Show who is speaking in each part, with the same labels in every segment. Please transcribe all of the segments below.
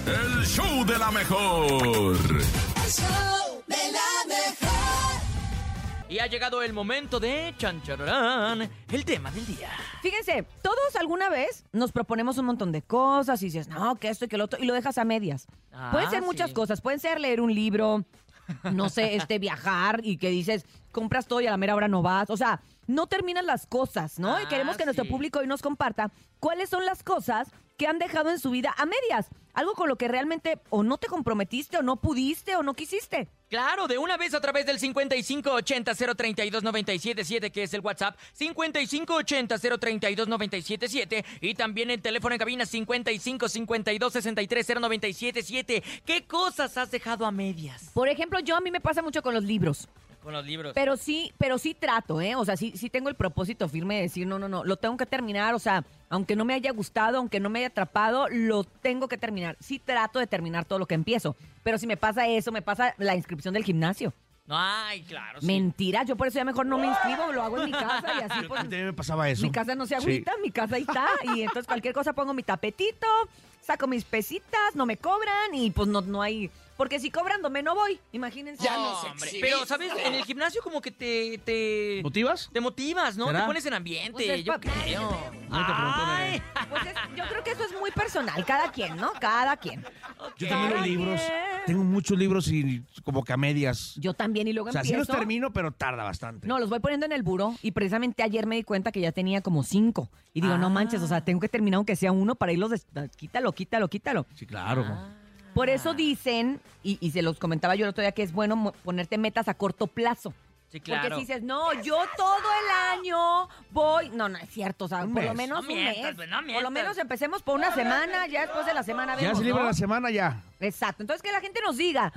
Speaker 1: El show de la mejor.
Speaker 2: Y ha llegado el momento de chanchararán, el tema del día.
Speaker 3: Fíjense, todos alguna vez nos proponemos un montón de cosas y dices, no, que esto y que lo otro, y lo dejas a medias.
Speaker 2: Ah,
Speaker 3: pueden ser muchas
Speaker 2: sí.
Speaker 3: cosas, pueden ser leer un libro, no sé, este, viajar y que dices, compras todo y a la mera hora no vas. O sea, no terminan las cosas, ¿no? y
Speaker 2: Ah,
Speaker 3: queremos que nuestro
Speaker 2: sí.
Speaker 3: público hoy nos comparta cuáles son las cosas que han dejado en su vida a medias. Algo con lo que realmente o no te comprometiste, o no pudiste, o no quisiste.
Speaker 2: Claro, de una vez a través del 5580-032-977, que es el WhatsApp, 5580-032-977, y también el teléfono en cabina 5552-630977. ¿Qué cosas has dejado a medias
Speaker 3: Por ejemplo, yo a mí me pasa mucho con los libros.
Speaker 2: con los libros?
Speaker 3: Pero sí, pero sí trato, ¿eh? O sea, sí, sí tengo el propósito firme de decir, no, no, no, lo tengo que terminar, o sea, aunque no me haya gustado, aunque no me haya atrapado, lo tengo que terminar. Sí trato de terminar todo lo que empiezo, pero si me pasa eso, me pasa la inscripción del gimnasio.
Speaker 2: Ay,
Speaker 4: ¿Ah,
Speaker 2: claro. sí.
Speaker 3: Mentira, yo por eso ya mejor no me inscribo, lo hago en mi casa y así pues...
Speaker 4: También me pasaba eso.
Speaker 3: Mi casa no se agüita, mi casa ahí está. Y entonces cualquier cosa pongo mi tapetito, saco mis pesitas, no me cobran y pues no, no hay... Porque si cobrándome no voy, imagínense.
Speaker 2: Hombre, Pero, ¿sabes? En el gimnasio como que te... te...
Speaker 4: ¿Motivas?
Speaker 2: Te motivas, ¿no?
Speaker 4: ¿Será?
Speaker 2: Te pones en ambiente,
Speaker 3: Pues es
Speaker 2: yo
Speaker 3: pa-
Speaker 2: creo.
Speaker 4: No te pregunto, ¿eh?
Speaker 2: Ay.
Speaker 3: Pues es- yo creo que eso es muy personal, cada quien, ¿no? Cada quien.
Speaker 4: Yo también
Speaker 3: Cada
Speaker 4: los libros.
Speaker 3: quien.
Speaker 4: Tengo muchos libros y como que a medias.
Speaker 3: Yo también y luego
Speaker 4: O sea, sí
Speaker 3: empiezo.
Speaker 4: los termino, pero tarda bastante.
Speaker 3: no, los voy poniendo en el buró y precisamente ayer me di cuenta que ya tenía como cinco. Y digo,
Speaker 4: Ah.
Speaker 3: no manches, o sea, tengo que terminar aunque sea uno para irlos... des- ah, Quítalo, quítalo, quítalo.
Speaker 4: Sí, Ah. claro.
Speaker 3: Ah, Por eso dicen, y, y se los comentaba yo el otro día, que es bueno mo- ponerte metas a corto plazo.
Speaker 2: Sí, claro.
Speaker 3: Porque si dices, no, yo todo el año voy. No, no es cierto, o sea,
Speaker 4: Un
Speaker 3: por lo
Speaker 4: mes.
Speaker 3: menos
Speaker 2: No
Speaker 3: un
Speaker 2: mientas,
Speaker 3: mes.
Speaker 2: pues, no
Speaker 3: por
Speaker 2: mientas.
Speaker 3: lo menos empecemos por una semana, ya después de la semana
Speaker 4: Ya
Speaker 3: vemos.
Speaker 4: se libra
Speaker 3: ¿no?
Speaker 4: la semana, ya.
Speaker 3: Exacto. Entonces que la gente nos diga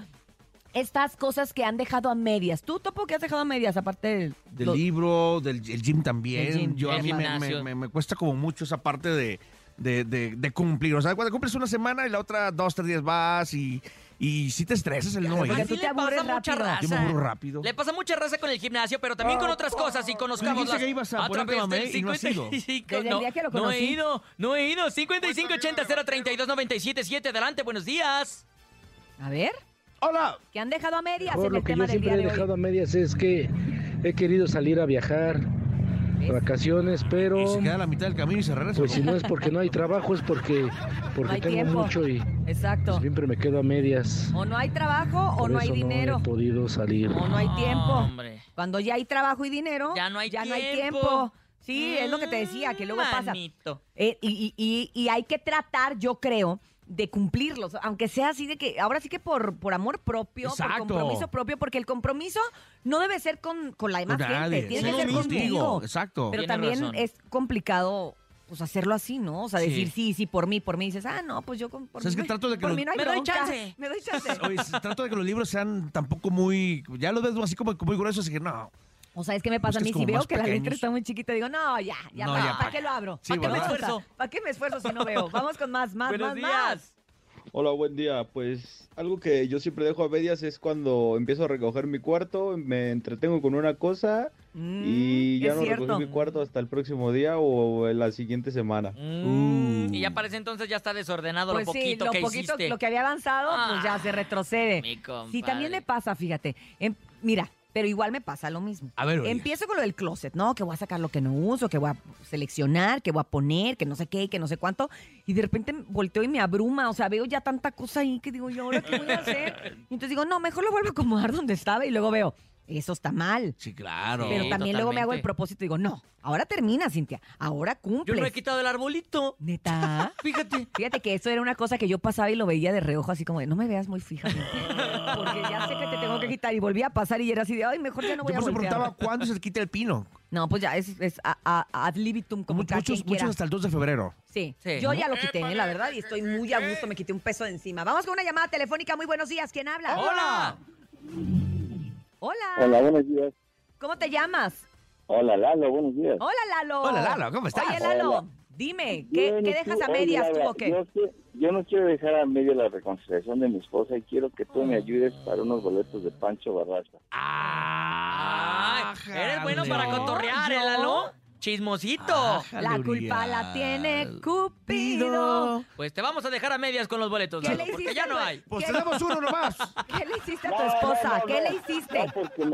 Speaker 3: estas cosas que han dejado a medias. ¿Tú, Topo, qué has dejado a medias? Aparte del.
Speaker 4: Del
Speaker 3: lo-
Speaker 4: libro, del el gym también.
Speaker 3: Del gym.
Speaker 4: Yo a
Speaker 2: El
Speaker 4: mí me,
Speaker 2: gimnasio.
Speaker 4: me- me- me cuesta como mucho esa parte de, de- de- de cumplir. O sea, cuando cumples una semana y la otra dos, tres días vas y, y sí te estresas el no
Speaker 3: porque
Speaker 4: ir.
Speaker 3: tú
Speaker 2: Así
Speaker 3: te
Speaker 2: le
Speaker 3: aburres
Speaker 2: pasa mucha
Speaker 3: rápido. Ah.
Speaker 2: raza.
Speaker 4: Yo me aburro rápido.
Speaker 2: Le pasa mucha raza con el gimnasio, pero también con otras cosas. Y conozcamos
Speaker 4: dijiste
Speaker 2: las,
Speaker 4: que ibas a ponerte mamey y no has ido. Pues
Speaker 3: Desde el
Speaker 2: no,
Speaker 3: día que lo
Speaker 2: no he
Speaker 3: conocí.
Speaker 2: ido, no he ido. 5580-032-977. Adelante, buenos días.
Speaker 3: A ver,
Speaker 4: Hola,
Speaker 3: ¿qué han dejado a medias
Speaker 5: Por
Speaker 3: en
Speaker 5: lo
Speaker 3: el
Speaker 5: que
Speaker 3: tema
Speaker 5: yo
Speaker 3: del
Speaker 5: siempre
Speaker 3: día
Speaker 5: he
Speaker 3: de
Speaker 5: dejado
Speaker 3: hoy?
Speaker 5: a medias es que he querido salir a viajar, a
Speaker 3: ¿Ves?
Speaker 5: vacaciones, pero
Speaker 4: Y se queda a la mitad del camino y se regresa.
Speaker 5: pues si
Speaker 4: ¿no?
Speaker 5: no es porque no hay trabajo, es porque,
Speaker 3: No hay
Speaker 5: porque tengo
Speaker 3: tiempo.
Speaker 5: mucho y
Speaker 3: Exacto.
Speaker 5: siempre me quedo a medias.
Speaker 3: O no hay trabajo o
Speaker 5: Pues Por
Speaker 3: no hay
Speaker 5: eso
Speaker 3: dinero.
Speaker 5: No he podido salir.
Speaker 3: O no hay
Speaker 4: Ah,
Speaker 3: tiempo.
Speaker 2: Hombre.
Speaker 3: Cuando ya hay trabajo y dinero,
Speaker 2: Ya no hay tiempo. Mm,
Speaker 3: tiempo. Sí, es lo que te decía, que luego pasa.
Speaker 2: Manito.
Speaker 3: Eh, y, y- y- y hay que tratar, yo creo, de cumplirlos, aunque sea así de que, ahora sí que por, por amor propio,
Speaker 4: Exacto.
Speaker 3: por compromiso propio, porque el compromiso no debe ser con, con la demás
Speaker 4: Con nadie,
Speaker 3: gente, tiene
Speaker 2: sí,
Speaker 3: que ser
Speaker 2: contigo,
Speaker 3: contigo.
Speaker 4: Exacto.
Speaker 3: Pero
Speaker 2: Tienes
Speaker 3: también
Speaker 2: razón.
Speaker 3: es complicado pues hacerlo así, ¿no? O sea,
Speaker 2: Sí.
Speaker 3: decir sí, sí, por mí, por mí. Dices, ah, no, pues yo con, por
Speaker 4: ¿Sabes
Speaker 3: mí.
Speaker 4: qué?
Speaker 3: no-
Speaker 4: Trato de que
Speaker 3: por
Speaker 4: los-
Speaker 3: mí no hay
Speaker 2: Me doy
Speaker 3: bronca,
Speaker 2: chance.
Speaker 3: Me doy chance.
Speaker 4: Oye, se- trato de que los libros sean tampoco muy. Ya los ves así como que muy gruesos, así que no.
Speaker 3: O sea, es que me pasa a
Speaker 4: Buscas
Speaker 3: mí,
Speaker 4: pues, como
Speaker 3: si veo
Speaker 4: más
Speaker 3: que la letra
Speaker 4: pequeños.
Speaker 3: está muy chiquita, digo, no, ya, ya,
Speaker 4: No,
Speaker 3: ¿para,
Speaker 4: ya,
Speaker 3: para
Speaker 4: para-
Speaker 3: qué lo abro?
Speaker 4: Sí,
Speaker 3: ¿Para qué me
Speaker 4: ¿verdad?
Speaker 3: esfuerzo? ¿Para qué me esfuerzo si no veo? Vamos con más, más,
Speaker 2: Buenos
Speaker 3: más, más.
Speaker 2: días.
Speaker 6: Hola, buen día. Pues algo que yo siempre dejo a medias es cuando empiezo a recoger mi cuarto, me entretengo con una cosa
Speaker 3: Mm,
Speaker 6: y ya
Speaker 3: es
Speaker 6: no
Speaker 3: cierto.
Speaker 6: recogí mi cuarto hasta el próximo día o en la siguiente semana.
Speaker 2: Mm, Y ya parece entonces ya está desordenado
Speaker 3: Pues
Speaker 2: lo
Speaker 3: sí,
Speaker 2: poquito
Speaker 3: lo
Speaker 2: que
Speaker 3: poquito,
Speaker 2: hiciste. Ah,
Speaker 3: lo que había avanzado, pues ya se retrocede.
Speaker 2: Mi compadre.
Speaker 3: Sí, también me pasa, fíjate. Em- mira, pero igual me pasa lo mismo.
Speaker 4: A ver, oye.
Speaker 3: Empiezo con lo del closet, ¿no? Que voy a sacar lo que no uso, que voy a seleccionar, que voy a poner, que no sé qué, que no sé cuánto. Y de repente volteo y me abruma. O sea, veo ya tanta cosa ahí que digo, ¿y ahora qué voy a hacer? Y entonces digo, no, mejor lo vuelvo a acomodar donde estaba y luego veo, eso está mal.
Speaker 4: Sí, claro.
Speaker 3: Pero
Speaker 2: Sí,
Speaker 3: también luego me hago el
Speaker 2: totalmente.
Speaker 3: propósito y digo, no, ahora termina, Cintia, ahora
Speaker 2: Yo
Speaker 3: cumples.
Speaker 2: no he quitado el arbolito.
Speaker 3: Neta.
Speaker 2: Fíjate.
Speaker 3: Fíjate que eso era una cosa que yo pasaba y lo veía de reojo, así como de, no me veas muy fija. Cintia, Porque ya sé que te tengo que quitar. Y volví a pasar y era así de, ay, mejor ya no
Speaker 4: Yo
Speaker 3: voy
Speaker 4: por
Speaker 3: a
Speaker 4: eso
Speaker 3: voltear.
Speaker 4: preguntaba cuándo se quita el pino.
Speaker 3: No, pues ya, es, es a- a- ad libitum, como
Speaker 4: Muchos,
Speaker 3: cada quien
Speaker 4: muchos,
Speaker 3: quiera.
Speaker 4: muchos hasta el 2 de febrero.
Speaker 3: Sí,
Speaker 2: Sí,
Speaker 3: yo
Speaker 2: ¿no?
Speaker 3: ya lo quité, eh, la verdad, y estoy muy a gusto, me quité un peso de encima. Vamos con una llamada telefónica, muy buenos días, ¿quién habla?
Speaker 2: ¡Hola!
Speaker 3: Hola,
Speaker 7: Hola, buenos días.
Speaker 3: ¿cómo te llamas?
Speaker 7: Hola, Lalo, buenos días.
Speaker 3: Hola, Lalo.
Speaker 4: Hola, Lalo, ¿cómo estás?
Speaker 3: Oye, Lalo,
Speaker 7: Hola.
Speaker 3: dime, Oh, ¿qué,
Speaker 7: Bien,
Speaker 3: qué
Speaker 7: ¿y
Speaker 3: dejas
Speaker 7: tú?
Speaker 3: a
Speaker 7: Oye,
Speaker 3: medias tú
Speaker 7: Laura,
Speaker 3: o qué?
Speaker 7: Yo, que- yo no quiero dejar a medio la reconciliación de mi esposa y quiero que tú
Speaker 3: Ah.
Speaker 7: me ayudes para unos boletos de Pancho Barraza.
Speaker 2: Ay,
Speaker 4: Ah,
Speaker 2: eres bueno para
Speaker 4: jale.
Speaker 2: cotorrear, ¿eh,
Speaker 3: ¿Yo?
Speaker 2: Lalo? chismosito.
Speaker 3: La culpa la tiene Cupido.
Speaker 2: Pues te vamos a dejar a medias con los boletos,
Speaker 3: ¿Qué le
Speaker 2: Lalo, porque
Speaker 3: hiciste
Speaker 2: ya no
Speaker 3: al-
Speaker 2: hay.
Speaker 4: Pues
Speaker 3: ¿Qué?
Speaker 4: tenemos uno nomás.
Speaker 3: ¿Qué le hiciste a
Speaker 7: No,
Speaker 3: tu
Speaker 7: no,
Speaker 3: esposa?
Speaker 7: no,
Speaker 3: ¿Qué
Speaker 7: no.
Speaker 3: le hiciste?
Speaker 7: No, Ah, porque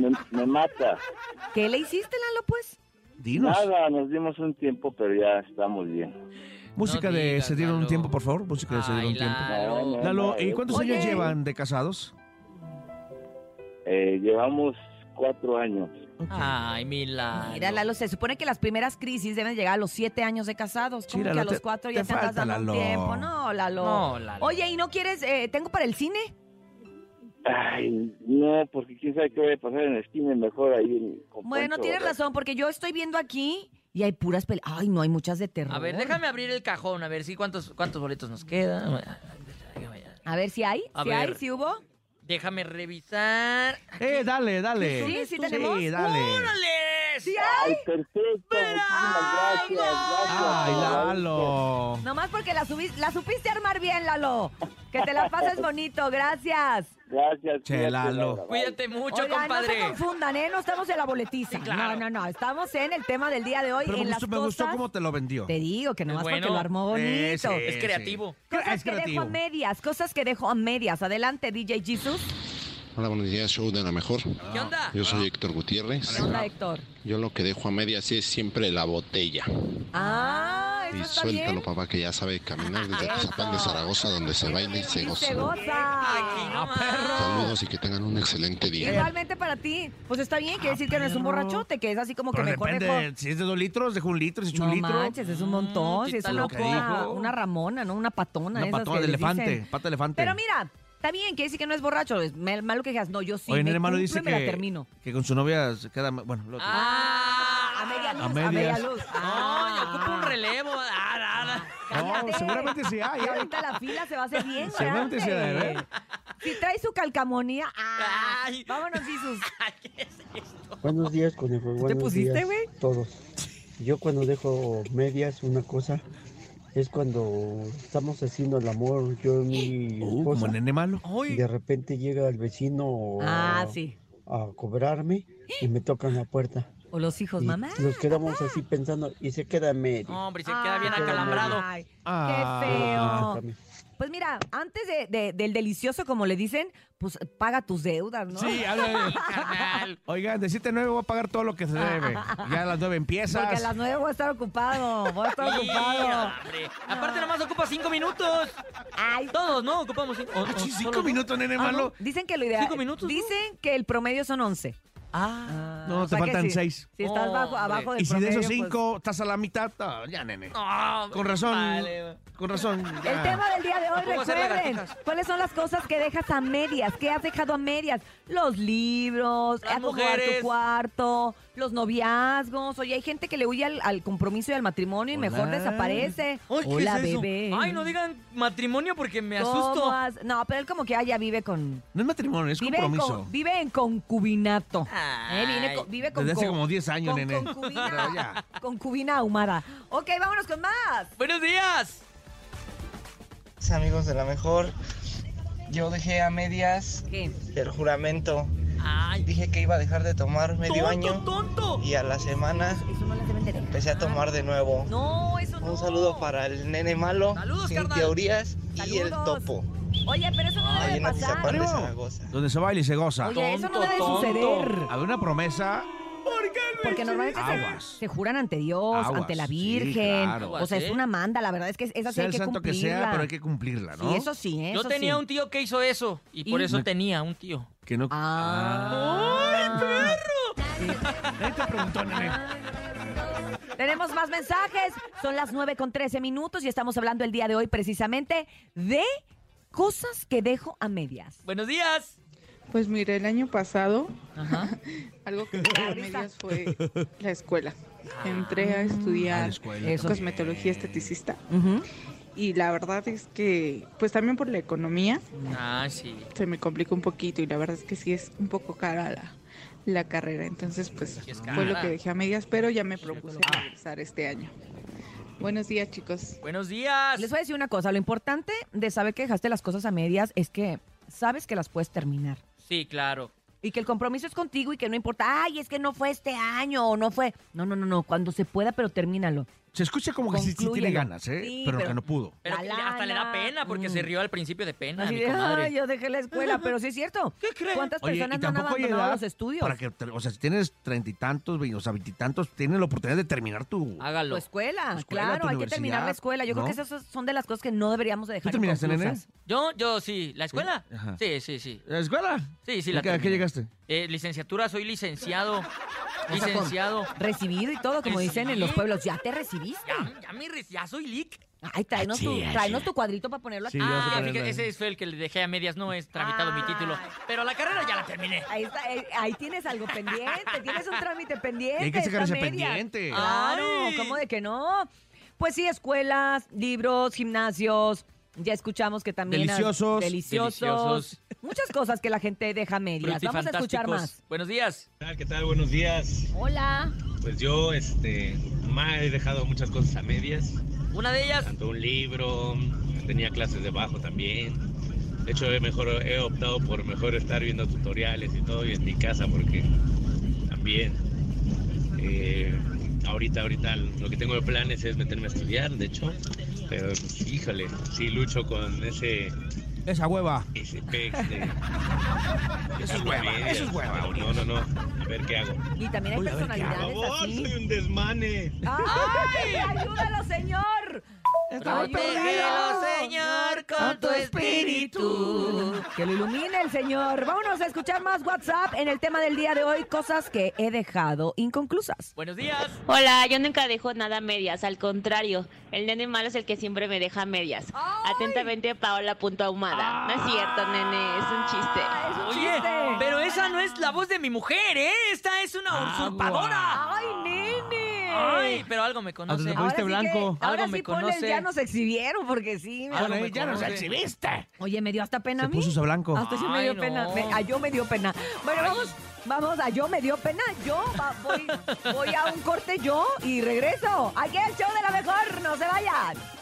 Speaker 7: me, me- me mata.
Speaker 4: pues.
Speaker 3: ¿Qué le hiciste, Lalo, pues?
Speaker 4: Dinos.
Speaker 7: Nada, nos dimos un tiempo, pero ya estamos bien.
Speaker 4: Música
Speaker 2: No
Speaker 4: de
Speaker 2: digas,
Speaker 4: Se dieron un
Speaker 2: Lalo.
Speaker 4: tiempo, por favor. Música de Se dieron
Speaker 2: Ay,
Speaker 4: un tiempo.
Speaker 2: Lalo.
Speaker 4: Lalo, ¿y cuántos
Speaker 3: Oye.
Speaker 4: años llevan de casados?
Speaker 7: Eh, llevamos cuatro años.
Speaker 2: Ay, mi Lalo.
Speaker 3: Mira, Lalo, se supone que las primeras crisis deben llegar a los siete años de casados. Como
Speaker 4: Sí,
Speaker 3: que
Speaker 4: Lalo,
Speaker 3: a los
Speaker 4: te-
Speaker 3: cuatro
Speaker 4: te
Speaker 3: ya te, andas
Speaker 4: falta,
Speaker 3: dando un
Speaker 4: Lalo.
Speaker 3: tiempo. No, Lalo.
Speaker 2: No, Lalo.
Speaker 3: Oye, ¿y no quieres? eh, ¿Tengo para el cine?
Speaker 7: Ay, no, porque quién sabe qué va a pasar en la esquina, mejor ahí. en- con
Speaker 3: Bueno,
Speaker 7: Poncho,
Speaker 3: tienes
Speaker 7: ¿verdad?
Speaker 3: razón, porque yo estoy viendo aquí y hay puras pel... Ay, no, hay muchas de terror.
Speaker 2: A ver, déjame abrir el cajón, a ver si cuántos, cuántos boletos nos quedan.
Speaker 3: A ver si hay,
Speaker 2: A
Speaker 3: si hay,
Speaker 2: ver.
Speaker 3: si hubo.
Speaker 2: Déjame revisar.
Speaker 4: Eh, dale, dale.
Speaker 3: Sí, sí tenemos.
Speaker 4: Sí, dale.
Speaker 2: ¡Órale!
Speaker 3: Si hay.
Speaker 7: Ay, perfecto. Muchísimas gracias. gracias.
Speaker 4: Ay, Lalo.
Speaker 3: Nomás porque la, subis- la supiste armar bien, Lalo. Que te la pases bonito, gracias.
Speaker 7: Gracias.
Speaker 4: Che,
Speaker 7: cuídate,
Speaker 4: Lalo.
Speaker 7: Laura.
Speaker 2: Cuídate mucho,
Speaker 3: Oigan,
Speaker 2: compadre.
Speaker 3: No se confundan, ¿eh? No estamos en la boletiza.
Speaker 2: Sí, claro.
Speaker 3: No, no, no. Estamos en el tema del día de hoy.
Speaker 4: Pero me
Speaker 3: en
Speaker 4: gustó,
Speaker 3: las
Speaker 4: me gustó
Speaker 3: cosas-
Speaker 4: cómo te lo vendió.
Speaker 3: Te digo que nomás
Speaker 2: Bueno,
Speaker 3: porque lo armó bonito.
Speaker 4: Eh, sí,
Speaker 2: Es
Speaker 4: sí.
Speaker 2: creativo.
Speaker 3: Cosas
Speaker 4: Es
Speaker 3: que dejo
Speaker 4: creativo.
Speaker 3: a medias, cosas que dejo a medias. Adelante, DJ Jesus.
Speaker 8: Hola, buenos días, show de la mejor.
Speaker 2: ¿Qué onda?
Speaker 8: Yo soy Héctor Gutiérrez.
Speaker 3: ¿Qué onda, Héctor?
Speaker 8: Yo lo que dejo a medias es siempre la botella.
Speaker 3: Ah, eso
Speaker 8: Y
Speaker 3: está bien.
Speaker 8: suéltalo, papá, que ya sabe caminar desde Tizapán de Zaragoza, donde se baila y se
Speaker 3: Y
Speaker 8: goza.
Speaker 3: se goza.
Speaker 2: Aquí no más.
Speaker 8: Saludos y que tengan un excelente día.
Speaker 3: Igualmente para ti. Pues está bien, quiere decir que no es un
Speaker 4: perro.
Speaker 3: borrachote, que es así como que
Speaker 4: Pero
Speaker 3: mejor dejo.
Speaker 4: depende, si es de dos litros, dejo un litro, si es
Speaker 3: No
Speaker 4: un litro.
Speaker 3: manches, es un montón.
Speaker 2: Mm,
Speaker 3: Si es
Speaker 2: quita
Speaker 3: una,
Speaker 2: lo que
Speaker 3: una-
Speaker 2: dijo.
Speaker 3: una ramona, ¿no? Una patona.
Speaker 4: Una
Speaker 3: esas
Speaker 4: patona
Speaker 3: que
Speaker 4: de
Speaker 3: les dicen.
Speaker 4: elefante, pata de elefante.
Speaker 3: Pero mira, está bien, quiere decir que no es borracho. Es mal- malo que digas, no, yo sí.
Speaker 4: Oye,
Speaker 3: me
Speaker 4: Nene Malo
Speaker 3: cumplo
Speaker 4: dice
Speaker 3: y me la
Speaker 4: que,
Speaker 3: termino.
Speaker 4: que con su novia se queda... Bueno, lo otro.
Speaker 2: Ah,
Speaker 3: A media luz,
Speaker 4: a
Speaker 3: a media
Speaker 4: medias.
Speaker 3: luz.
Speaker 2: No, yo
Speaker 3: Ah.
Speaker 2: ocupo un relevo. Ah, ah, ah.
Speaker 4: no,
Speaker 3: Cállate.
Speaker 4: seguramente sí hay.
Speaker 3: Y
Speaker 4: hay.
Speaker 3: ahorita la fila se va a hacer bien,
Speaker 4: Seguramente sí
Speaker 3: grande.
Speaker 4: hay, ¿eh?
Speaker 3: Si trae su calcamonía. ah,
Speaker 2: Ay.
Speaker 3: vámonos, Jesús.
Speaker 9: Buenos días, conejo.
Speaker 3: te
Speaker 9: Buenos
Speaker 3: pusiste,
Speaker 9: días,
Speaker 3: güey?
Speaker 9: Todos. Yo cuando dejo medias una cosa es cuando estamos haciendo el amor, yo y mi
Speaker 4: Uh, como
Speaker 9: esposa,
Speaker 4: nene malo.
Speaker 9: y
Speaker 2: Ay,
Speaker 9: de repente llega el
Speaker 4: Oh.
Speaker 9: vecino
Speaker 3: Ah,
Speaker 9: a,
Speaker 3: sí.
Speaker 9: a cobrarme y me tocan la puerta.
Speaker 3: O los hijos,
Speaker 9: y
Speaker 3: mamá.
Speaker 9: nos quedamos así pensando y se queda medio.
Speaker 2: hombre, se queda bien
Speaker 3: Ay,
Speaker 2: acalambrado.
Speaker 3: Ay,
Speaker 4: Ah.
Speaker 3: qué feo.
Speaker 9: También.
Speaker 3: Pues mira, antes de- de- del delicioso, como le dicen, pues paga tus deudas, ¿no?
Speaker 4: Sí, habla de-
Speaker 2: Carnal.
Speaker 4: Oigan, de 7 a 9 voy a pagar todo lo que se debe. Ya a las 9
Speaker 3: Porque a
Speaker 4: empiezas.
Speaker 3: las nueve voy a estar ocupado, voy a estar
Speaker 2: Sí,
Speaker 3: ocupado.
Speaker 2: hombre. Aparte, nomás ocupa cinco minutos.
Speaker 3: Ay,
Speaker 2: Todos, ¿no? Ocupamos cinco, o-
Speaker 4: Ah,
Speaker 2: o
Speaker 4: sí,
Speaker 2: solo
Speaker 4: cinco
Speaker 2: dos.
Speaker 4: minutos, nene
Speaker 3: ah, ¿no?
Speaker 4: malo.
Speaker 3: Dicen que lo ideal.
Speaker 2: Cinco minutos, ¿no?
Speaker 3: Dicen que el promedio son once.
Speaker 2: Ah,
Speaker 3: Ah,
Speaker 4: No,
Speaker 3: o
Speaker 4: te
Speaker 3: sea que
Speaker 4: faltan
Speaker 3: si-
Speaker 4: seis.
Speaker 3: Si estás bajo,
Speaker 2: Hombre.
Speaker 3: abajo del
Speaker 4: Y si de esos
Speaker 3: promedio, pues,
Speaker 4: 5 estás a la mitad, ah, ya, nene.
Speaker 2: no,
Speaker 4: Con razón.
Speaker 2: vale.
Speaker 4: Con razón.
Speaker 3: El
Speaker 4: ya.
Speaker 3: tema del día de hoy,
Speaker 2: Ah. ¿Cómo hacer
Speaker 3: recuerden,
Speaker 2: lagartijas?
Speaker 3: ¿cuáles son las cosas que dejas a medias? ¿Qué has dejado a medias? Los libros,
Speaker 2: Las
Speaker 3: acomodar
Speaker 2: mujeres.
Speaker 3: tu cuarto, los noviazgos. Oye, hay gente que le huye al, al compromiso y al matrimonio y mejor
Speaker 4: Hola.
Speaker 3: desaparece.
Speaker 2: Ay, ¿qué
Speaker 3: Hola,
Speaker 2: es eso?
Speaker 3: bebé.
Speaker 2: Ay, no digan matrimonio porque me
Speaker 3: ¿Cómo
Speaker 2: asusto.
Speaker 3: has- No, pero él como que ah, ya vive con...
Speaker 4: No es matrimonio, es
Speaker 3: vive,
Speaker 4: compromiso.
Speaker 3: con- vive en concubinato.
Speaker 2: Ay.
Speaker 3: Eh, viene con- vive con...
Speaker 4: Desde hace
Speaker 3: con-
Speaker 4: como 10 años,
Speaker 3: con
Speaker 4: nene. Pero
Speaker 3: Concubina,
Speaker 4: ya.
Speaker 3: concubina ahumada. Ok, vámonos con más.
Speaker 2: Buenos días.
Speaker 10: Amigos de la mejor, yo dejé a medias
Speaker 3: ¿Qué?
Speaker 10: el juramento.
Speaker 2: Ay,
Speaker 10: Dije que iba a dejar de tomar medio
Speaker 2: tonto,
Speaker 10: año
Speaker 2: tonto.
Speaker 10: y a la semana
Speaker 3: Eso no las deben de dejar.
Speaker 10: empecé a tomar de nuevo.
Speaker 3: No, eso no.
Speaker 10: Un saludo para el nene malo,
Speaker 2: Saludos,
Speaker 10: sin
Speaker 2: carnal.
Speaker 10: teorías y el
Speaker 3: Saludos.
Speaker 10: topo.
Speaker 3: Oye, pero eso no
Speaker 10: Ahí
Speaker 3: debe
Speaker 10: en
Speaker 3: pasar.
Speaker 10: Atizapán de
Speaker 4: Arriba.
Speaker 10: Zaragoza.
Speaker 4: Donde se baila y se goza.
Speaker 3: Oye, eso no
Speaker 2: Tonto,
Speaker 3: debe
Speaker 2: tonto.
Speaker 3: suceder.
Speaker 4: Había una promesa.
Speaker 3: Porque normalmente se,
Speaker 4: Aguas.
Speaker 3: se juran ante Dios,
Speaker 4: Aguas,
Speaker 3: ante la
Speaker 4: sí,
Speaker 3: Virgen.
Speaker 4: claro.
Speaker 3: O sea, es
Speaker 2: Aguas, ¿eh?
Speaker 3: una manda, la verdad es que esa sí
Speaker 4: sea
Speaker 3: hay
Speaker 4: el
Speaker 3: que
Speaker 4: santo que
Speaker 3: cumplirla.
Speaker 4: sea, pero hay que cumplirla, ¿no?
Speaker 3: Sí, eso sí, ¿eh?
Speaker 2: Yo
Speaker 3: eso
Speaker 2: tenía
Speaker 3: sí.
Speaker 2: un tío que hizo eso y por
Speaker 3: ¿Y?
Speaker 2: eso tenía un tío.
Speaker 4: Que no...
Speaker 3: Ah.
Speaker 4: Ahí te preguntó, nene.
Speaker 3: Tenemos más mensajes. Son las 9 con 13 minutos y estamos hablando el día de hoy precisamente de cosas que dejo a medias.
Speaker 2: Buenos días.
Speaker 11: Pues mire, el año pasado algo que dejé
Speaker 3: La
Speaker 11: a
Speaker 3: risa.
Speaker 11: medias fue la escuela. Entré a
Speaker 4: Ah,
Speaker 11: estudiar
Speaker 10: Ah.
Speaker 3: Eso.
Speaker 11: cosmetología esteticista
Speaker 3: Ujú.
Speaker 11: y la verdad es que, pues también por la economía,
Speaker 2: Ah, sí.
Speaker 11: se me complicó un poquito y la verdad es que sí es un poco cara la, la carrera. Entonces, pues
Speaker 2: Sí, es
Speaker 11: fue lo
Speaker 2: cara.
Speaker 11: que dejé a medias, pero ya me propuse regresar este año. Buenos días, chicos.
Speaker 2: Buenos días.
Speaker 3: Les voy a decir una cosa. Lo importante de saber que dejaste las cosas a medias es que sabes que las puedes terminar.
Speaker 2: Sí, claro.
Speaker 3: y que el compromiso es contigo y que no importa, ay, es que no fue este año o no fue. No, no, no, no, cuando se pueda, pero termínalo.
Speaker 4: Se escucha como que sí, sí tiene
Speaker 3: Conclúyelo.
Speaker 4: ganas, ¿eh?
Speaker 3: Sí,
Speaker 4: pero,
Speaker 3: pero-
Speaker 4: que no pudo.
Speaker 2: Pero
Speaker 3: La
Speaker 2: que le- hasta le da
Speaker 3: lana. Mm.
Speaker 2: pena porque se rió al principio de pena.
Speaker 3: Así
Speaker 2: mi
Speaker 3: de,
Speaker 2: comadre.
Speaker 3: "Ay, yo dejé la escuela, pero sí es cierto. ¿Qué crees? ¿Cuántas
Speaker 4: Oye,
Speaker 3: personas
Speaker 4: y
Speaker 3: no han
Speaker 4: tampoco hay
Speaker 3: abandonado
Speaker 4: edad
Speaker 3: los estudios?
Speaker 4: Para que, te- o sea, si tienes treinta y tantos, ve- o sea, veintitantos, tienes la oportunidad de terminar tu...
Speaker 2: Hágalo.
Speaker 3: Tu escuela,
Speaker 4: escuela, tu
Speaker 3: claro, hay que terminar la
Speaker 4: universidad,
Speaker 3: escuela. Yo creo
Speaker 4: ¿no?
Speaker 3: que esas son de las cosas que no deberíamos de dejar.
Speaker 4: terminaste, nene?
Speaker 3: inconclusas.
Speaker 2: Yo, yo sí. ¿La escuela?
Speaker 4: Sí, ajá.
Speaker 2: Sí, sí, sí.
Speaker 4: ¿La escuela?
Speaker 2: Sí, sí,
Speaker 4: ¿Y
Speaker 2: la
Speaker 4: qué- ¿A qué
Speaker 2: terminé.
Speaker 4: llegaste?
Speaker 2: Eh, licenciatura, soy licenciado.
Speaker 3: O sea, con-
Speaker 2: Licenciado.
Speaker 3: Recibido y todo, como
Speaker 2: Sí.
Speaker 3: dicen en los pueblos. Ya te recibiste.
Speaker 2: Ya, ya, me re- ya soy lic.
Speaker 3: Ay, tráenos,
Speaker 4: Sí,
Speaker 3: tu,
Speaker 4: sí.
Speaker 3: tráenos tu cuadrito para ponerlo aquí.
Speaker 4: Sí, ya sé
Speaker 2: Ah,
Speaker 4: cuál es
Speaker 2: fíjate,
Speaker 4: la-
Speaker 2: ese fue el que le dejé a medias. No es tramitado mi título. Pero la carrera ya la terminé.
Speaker 3: Ahí, está, eh, ahí tienes algo pendiente, tienes un trámite pendiente.
Speaker 4: Hay que sacar
Speaker 3: está
Speaker 4: ese
Speaker 3: media.
Speaker 4: pendiente.
Speaker 3: Claro,
Speaker 2: Ay.
Speaker 3: ¿cómo de que no? Pues sí, escuelas, libros, gimnasios. Ya escuchamos que también. hay-
Speaker 4: Deliciosos.
Speaker 3: deliciosos.
Speaker 2: Deliciosos.
Speaker 3: Muchas cosas que la gente deja a medias. Vamos a escuchar más.
Speaker 2: Frutifantásticos. Buenos días.
Speaker 12: tal? ¿Qué tal? Buenos días.
Speaker 3: Hola.
Speaker 12: Pues yo, este, ma- he dejado muchas cosas a medias.
Speaker 2: Una de ellas.
Speaker 12: Tanto un libro, tenía clases de bajo también. De hecho, he, mejor, he optado por mejor estar viendo tutoriales y todo y en mi casa porque también. eh, ahorita, ahorita lo que tengo de planes es meterme a estudiar, de hecho. Pero, pues, híjole, sí lucho con ese,
Speaker 4: Esa hueva.
Speaker 12: ese pex de...
Speaker 4: Eso es hueva, eso es hueva.
Speaker 12: No, no, no. A ver qué hago.
Speaker 3: Y también hay
Speaker 12: Uy, a ver, ¿qué
Speaker 3: personalidades
Speaker 12: hago? Por favor,
Speaker 3: así.
Speaker 12: soy un desmane.
Speaker 3: ¡Ay! ¡Ayúdalo, señor!
Speaker 4: Estaba
Speaker 2: Protégelo,
Speaker 3: perdido.
Speaker 2: Señor, con tu espíritu.
Speaker 3: Que lo ilumine el Señor. Vámonos a escuchar más WhatsApp en el tema del día de hoy, cosas que he dejado inconclusas.
Speaker 2: Buenos días.
Speaker 13: Hola, yo nunca dejo nada a medias, al contrario, el nene malo es el que siempre me deja a medias. Atentamente, Paola Punto Ahumada. No es cierto, nene, es un chiste.
Speaker 2: Oye, pero esa no es la voz de mi mujer, ¿eh? Esta es una usurpadora.
Speaker 3: ¡Ay, nene!
Speaker 2: Ay, pero algo me conoce.
Speaker 4: Hasta te pusiste
Speaker 3: Ahora sí que-
Speaker 4: blanco.
Speaker 3: ahora
Speaker 2: Algo me
Speaker 3: sí ponle el
Speaker 2: conoce.
Speaker 3: ya nos exhibieron, porque sí.
Speaker 2: Algo
Speaker 3: me-
Speaker 4: Ahora,
Speaker 2: me
Speaker 4: ya nos
Speaker 2: conoce.
Speaker 4: exhibiste.
Speaker 3: Oye, me dio hasta pena
Speaker 4: Se
Speaker 3: a mí.
Speaker 4: puso ese blanco.
Speaker 3: Hasta sí me
Speaker 2: Ay,
Speaker 3: dio
Speaker 2: no.
Speaker 3: pena. Me- a yo me dio pena. Bueno, vamos, vamos a yo me dio pena. Yo va- voy, voy a un corte yo y regreso. Aquí el show de la mejor. No se vayan.